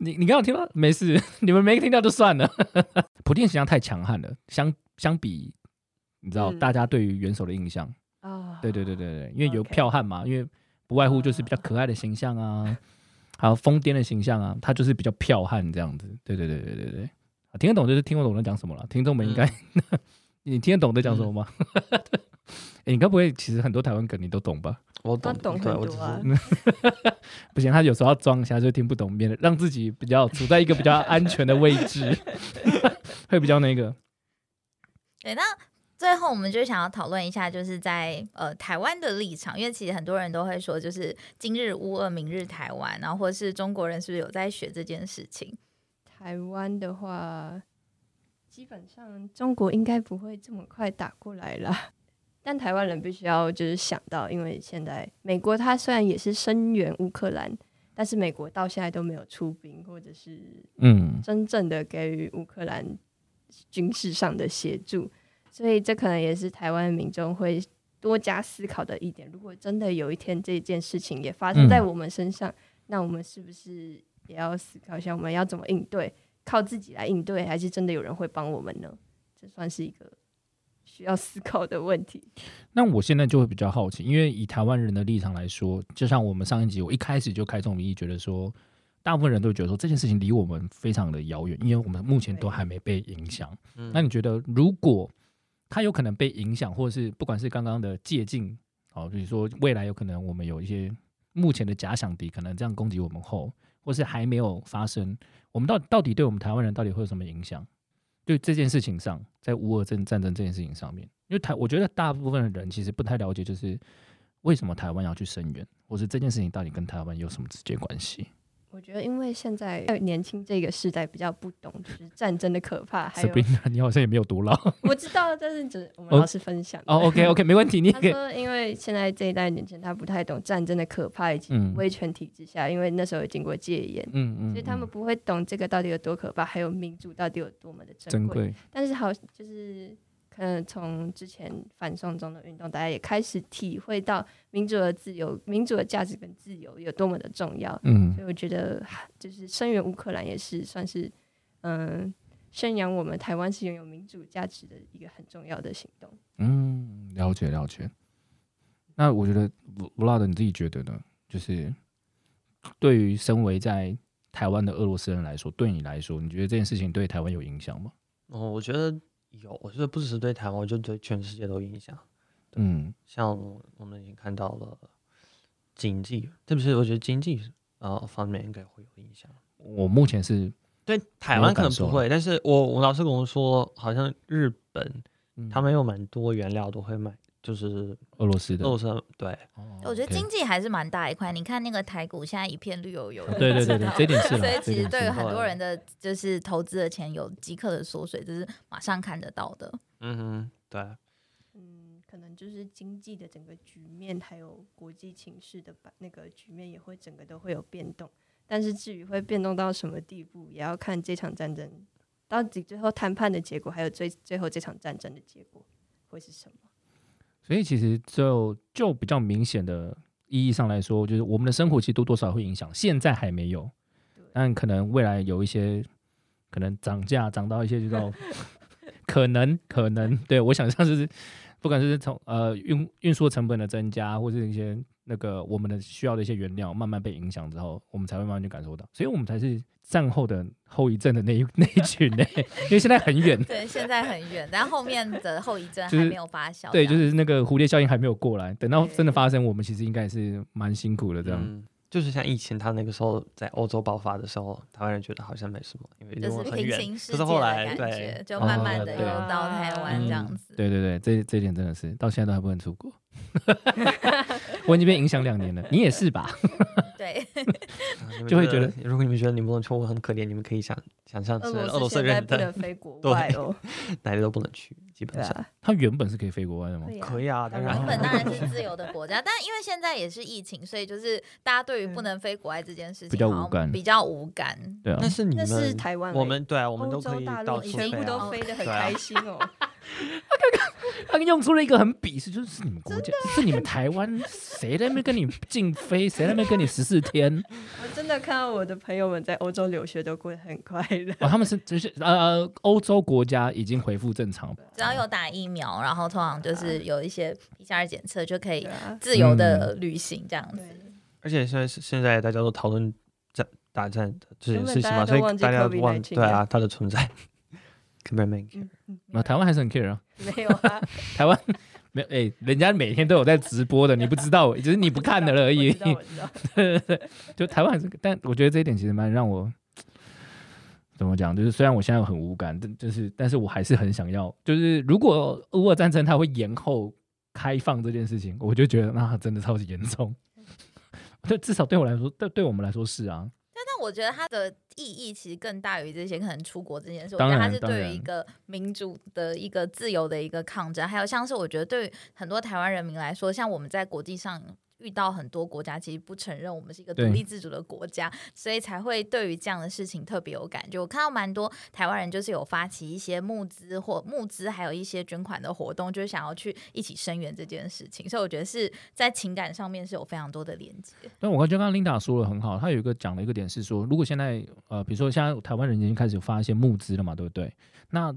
你你刚刚有听到没事， 你们没听到就算了。 普丁形象太强悍了，相相比，你知道、
嗯
大家对于元首的印象，
啊，
对对对对对，因为有
哦 OK 嗯
票悍嘛，因为不外乎就是比较可爱的形象啊，还有疯癫的形象啊，他就是比较票悍这样子。对对对对对对，啊听得懂就是听得懂我在讲什么了，听众们应该、
嗯
你听得懂我在讲什么吗？ 诶你该不会其实很多台湾梗你都懂吧？
我
他
懂，
懂
对
很
我只
多啊
是。
不行，他有时候要装一下就听不懂，免得让自己比较处在一个比较安全的位置，会比较那个。
对，那最后我们就想要讨论一下，就是在呃台湾的立场，因为其实很多人都会说，就是今日乌俄，明日台湾，然后或是中国人是不是有在学这件事情？
台湾的话，基本上中国应该不会这么快打过来啦。 但台湾人必须要就是想到，因为现在美国它虽然也是声援乌克兰，但是美国到现在都没有出兵，或者是
嗯，
真正的给予乌克兰军事上的协助，所以这可能也是台湾民众会多加思考的一点。如果真的有一天这件事情也发生
嗯
在我们身上，那我们是不是也要思考一下，我们要怎么应对？靠自己来应对，还是真的有人会帮我们呢？这算是一个需要思考的问题。
那我现在就会比较好奇，因为以台湾人的立场来说，就像我们上一集，我一开始就开宗明义觉得说，大部分人都觉得说这件事情离我们非常的遥远，因为我们目前都还没被影响。
嗯
那你觉得，如果他有可能被影响，或者是不管是刚刚的借镜，哦，比如说未来有可能我们有一些目前的假想敌可能这样攻击我们后，或是还没有发生，我们到到底对我们台湾人到底会有什么影响？对这件事情上，在乌俄战战争这件事情上面，因为台我觉得大部分的人其实不太了解，就是为什么台湾要去声援，或是这件事情到底跟台湾有什么直接关系？
我觉得，因为现在年轻这个时代比较不懂，就是战争的可怕，还有
Sabrina，你好像也没有多老
我知道，但是只我们
哦
老师分享的
哦。OK OK，没问题，你
他
可以
说，因为现在这一代年轻人他不太懂战争的可怕以及
嗯
威权体制下，因为那时候有经过戒严，
嗯嗯，
所以他们
嗯
不会懂这个到底有多可怕，还有民主到底有多么的
嗯
珍
珍
贵。
贵，
但是好，就是可能从之前反送中的运动，大家也开始体会到民主的自由、民主的价值跟自由有多么的重要。
嗯
所以我觉得，就是声援乌克兰也是算是，嗯，宣扬我们台湾是拥有民主价值的一个很重要的行动。
嗯，了解了解。那我觉得 Vlad 你自己觉得呢？就是对于身为在台湾的俄罗斯人来说，对你来说，你觉得这件事情对台湾有影响吗？
哦，我觉得有，我觉得不只是对台湾，我觉得对全世界都有影响。
嗯
像我我们已经看到了经济，特别是我觉得经济呃方面应该会有影响。
嗯我目前是
对台
有
湾可
感
能
受
不
了
会，但是我我老师跟我说，好像日本
嗯
他们有蛮多原料都会买，就是
俄罗斯的，
肉身对，
哦
我觉得
OK
经济还是蛮大一块。你看那个台股现在一片绿油油的，
对对 对对，这点是啦
所以
这
其实
点
对于
是
很多人的就是投资的钱有即刻的缩水，这是马上看得到的。
嗯哼，对，
嗯，可能就是经济的整个局面，还有国际情势的吧，那个局面也会整个都会有变动。但是至于会变动到什么地步，也要看这场战争到底最后谈判的结果，还有最最后这场战争的结果会是什么。
所以其实就就比较明显的意义上来说，就是我们的生活其实多多少少会影响，现在还没有，但可能未来有一些可能涨价涨到一些就到可能可能对我想象就是不管是从呃运运输成本的增加，或是一些那个我们的需要的一些原料慢慢被影响之后，我们才会慢慢去感受到，所以我们才是战后的后遗症的那一 那一群呢、因为现在很远，
对，现在很远，但后面的后遗症还
就是
没有发酵。
对，
这
就
样
是那个蝴蝶效应还没有过来，等到真的发生，我们其实应该也是蛮辛苦的这样。
嗯就是像疫情，他那个时候在欧洲爆发的时候，台湾人觉得好像没什么，因为
就
离我
是
们很
平
远
行。世界
可是
的
后来，
感
对
觉，，就慢慢的
哦
又
对
到台湾这样子。
对对对，这这一点真的是到现在都还不能出 国，我已经被影响两年了，你也是吧？
对，
啊 你们
就会觉得
如果你们觉得你们中国很可怜，你们可以想想象是俄
俄
罗
罗
斯
现在
人
不能
的
飞 国
对
外哦，
哪里都不能去，基
对
本上
啊，
他原本是可以飞国外的吗？
对啊
可以啊，当
当然
原本
然
当 然是自由的国家，但因为现在也是疫情，所以就是大家对于不能飞国外这件事情
比较无
好像
感
比较无感。
对啊
但，是你
那
们
是台湾而已，
我们对啊，我们
欧
都
洲
可以
大
到
陆
处
全
飞
部
啊
都飞得很
对啊
开心哦。
他用出了一个很鄙视，就是是你们国家，是你们台湾，谁在那边跟你禁飞，谁在那边跟你十四天？
我真的看到我的朋友们在欧洲留学都过得很快乐。
哦，他们是就是呃，欧洲国家已经恢复正常了，
只要有打疫苗，然后通常就是有一些 PCR 检测就可以
啊 对啊，
自由的旅行这样子。
对，
而且现在是现在大家都讨论战打战的这件
根本
事情
大
嘛，
家
所
都
以
忘记
大家
COVID-19
忘对啊
了
它的存在。根本没 care
嗯嗯
那台湾还是很 care 啊。
没有啊，
台湾 没有哎、人家每天都有在直播的，你不知道，只是你不看的而已
我。知道我知道
就台湾还是，但我觉得这一点其实蛮让我怎么讲，就是虽然我现在很无感，但就是但是我还是很想要，就是如果乌俄战争它会延后开放这件事情，我就觉得那、真的超级严重。 对，至少对我来说，对对我们来说是啊，
但我觉得它的意义其实更大于这些可能出国这件事。我
当
觉得
然
它是对
当
于
然
一个民主的一个自由的一个抗争，还有像是我觉得对于很多台湾人民来说，像我们在国际上。遇到很多国家其实不承认我们是一个独
对
立自主的国家，所以才会对于这样的事情特别有感觉。我看到蛮多台湾人就是有发起一些募资或募资，还有一些捐款的活动，就是想要去一起声援这件事情。所以我觉得是在情感上面是有非常多的连接。
但我觉得刚刚 Linda 说的很好，她有一个讲了一个点是说，如果现在呃，比如说现在台湾人已经开始发一些募资了嘛，对不对？那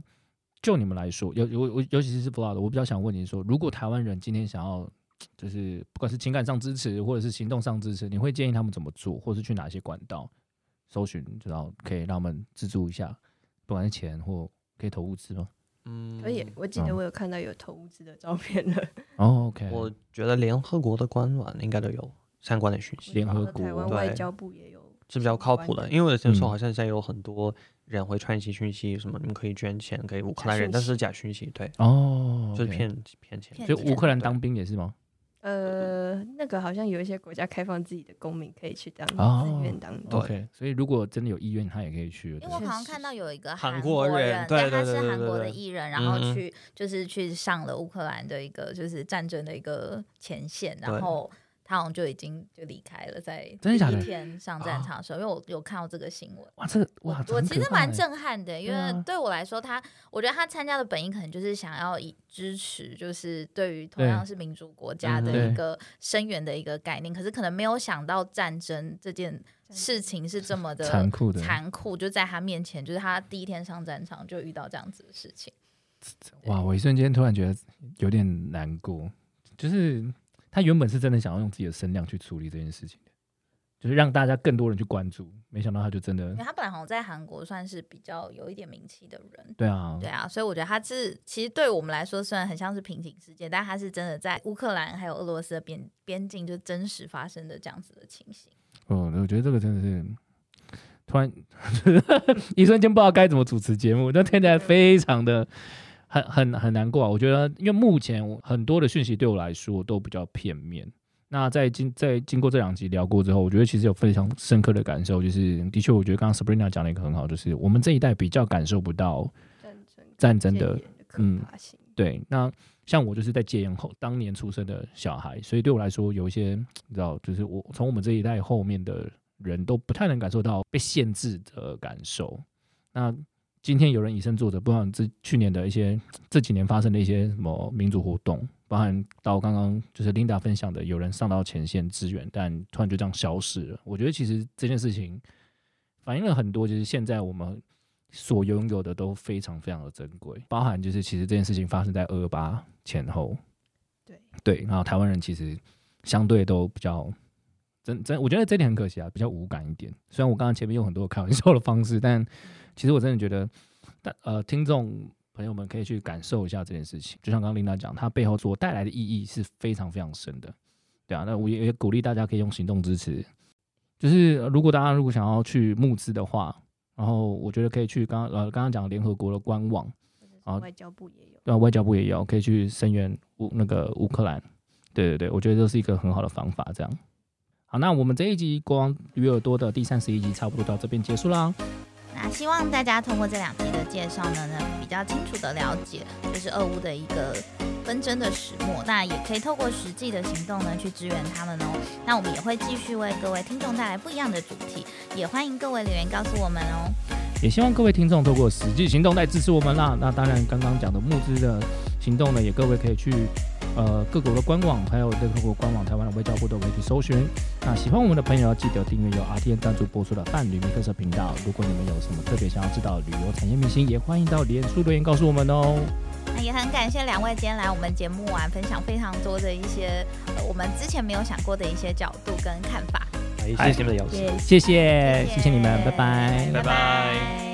就你们来说，尤尤尤尤其是 Vlad，我比较想问你说，如果台湾人今天想要就是不管是情感上支持或者是行动上支持，你会建议他们怎么做，或是去哪些管道搜寻，知道可以让他们资助一下，不管是钱或可以投物资吗？
嗯，
可以，我记得我有看到有投物资的照片了。
哦，OK、o
我
k
觉得联合国的官网应该都有相关的讯息吧，
联合国
台湾
对
外交部也有
是比较靠谱的，因
为
为我听说
嗯
好像现在有很多人会串一些讯息，什么你们可以捐钱给乌克兰人，
假讯息
但是假讯息，对，
哦，
就是，骗骗钱。
骗
就
子
乌克兰当兵也是吗？
呃，那个好像有一些国家开放自己的公民可以去当
哦
志愿当兵。
OK，所以如果真的有意愿，他也可以去。
因
对
为我好像看到有一个
韩
国
国人对
他
对对
是
对
韩国
对
的
对
艺人，然后
嗯嗯
去就是去上了乌克兰的一个就是战争的一个前线，然
对
后他好像就已经就离开了，在
真的假
第
的
一天上战场的时候，因为我有看到这个新闻。
哇，这个哇
我，我
很
其实
可怕
蛮
欸
震撼的，因
对
为
啊
对我来说，他我觉得他参加的本意可能就是想要以支持，就是对于同样
对
是民主国家
嗯
的
对
一个声援的一个概念，可是可能没有想到战争这件事情是这么的
残酷的
残酷，就在他面前，就是他第一天上战场就遇到这样子的事情。
哇！我一瞬间突然觉得有点难过，就是他原本是真的想要用自己的声量去处理这件事情的，就是让大家更多人去关注。没想到他就真的
因为他本来好像在韩国算是比较有一点名气的人，
对啊，
对啊，所以我觉得他是其实对我们来说虽然很像是平行世界，但他是真的在乌克兰还有俄罗斯的边边境就真实发生的这样子的情形。
哦，我觉得这个真的是突然 一瞬间不知道该怎么主持节目，但听起来非常的很很很难过啊。我觉得，因为目前我很多的讯息对我来说都比较片面。那在经在经过这两集聊过之后，我觉得其实有非常深刻的感受，就是的确，我觉得刚刚 Sabrina 讲的一个很好，就是我们这一代比较感受不到
战争
战争的
戒严可
嗯
怕性，
对，那像我就是在戒烟后当年出生的小孩，所以对我来说有一些你知道，就是我从我们这一代后面的人都不太能感受到被限制的感受。那今天有人以身作则，包含这去年的一些这几年发生的一些什么民主活动，包含到刚刚就是 Linda 分享的，有人上到前线支援，但突然就这样消失了。我觉得其实这件事情反映了很多，就是现在我们所拥有的都非常非常的珍贵，包含就是其实这件事情发生在二二八前后，
对，
对，然后台湾人其实相对都比较真真，我觉得这点很可惜啊，比较无感一点。虽然我刚刚前面用很多开玩笑的方式，但其实我真的觉得，但呃，听众朋友们可以去感受一下这件事情，就像刚刚琳达讲，它背后所带来的意义是非常非常深的，对啊，那我也也鼓励大家可以用行动支持。就是呃如果大家如果想要去募资的话，然后我觉得可以去刚呃刚刚讲联合国的官网，
或者是
好
外交部也有。
对、啊，外交部也有可以去声援乌那个乌克兰。对对对，我觉得这是一个很好的方法。这样，好，那我们这一集《国王与耳朵》的第三十一集差不多到这边结束啦。
那希望大家通过这两集的介绍呢，呢比较清楚的了解，就是俄乌的一个纷争的始末。那也可以透过实际的行动呢，去支援他们哦。那我们也会继续为各位听众带来不一样的主题，也欢迎各位留言告诉我们哦。
也希望各位听众透过实际行动来支持我们啦。那当然，刚刚讲的募资的行动呢，也各位可以去呃各国的官网，还有联合国官网、台湾的外交部都可以去搜寻。那喜欢我们的朋友要记得订阅由 RTN 赞助播出的伴侣密克社频道。如果你们有什么特别想要知道的旅游产业明星，也欢迎到脸书留言告诉我们哦。
那也很感谢两位今天来我们节目玩，分享非常多的一些、呃我们之前没有想过的一些角度跟看法。
哎，谢谢你们的邀请。
谢谢，谢谢你们，拜
拜拜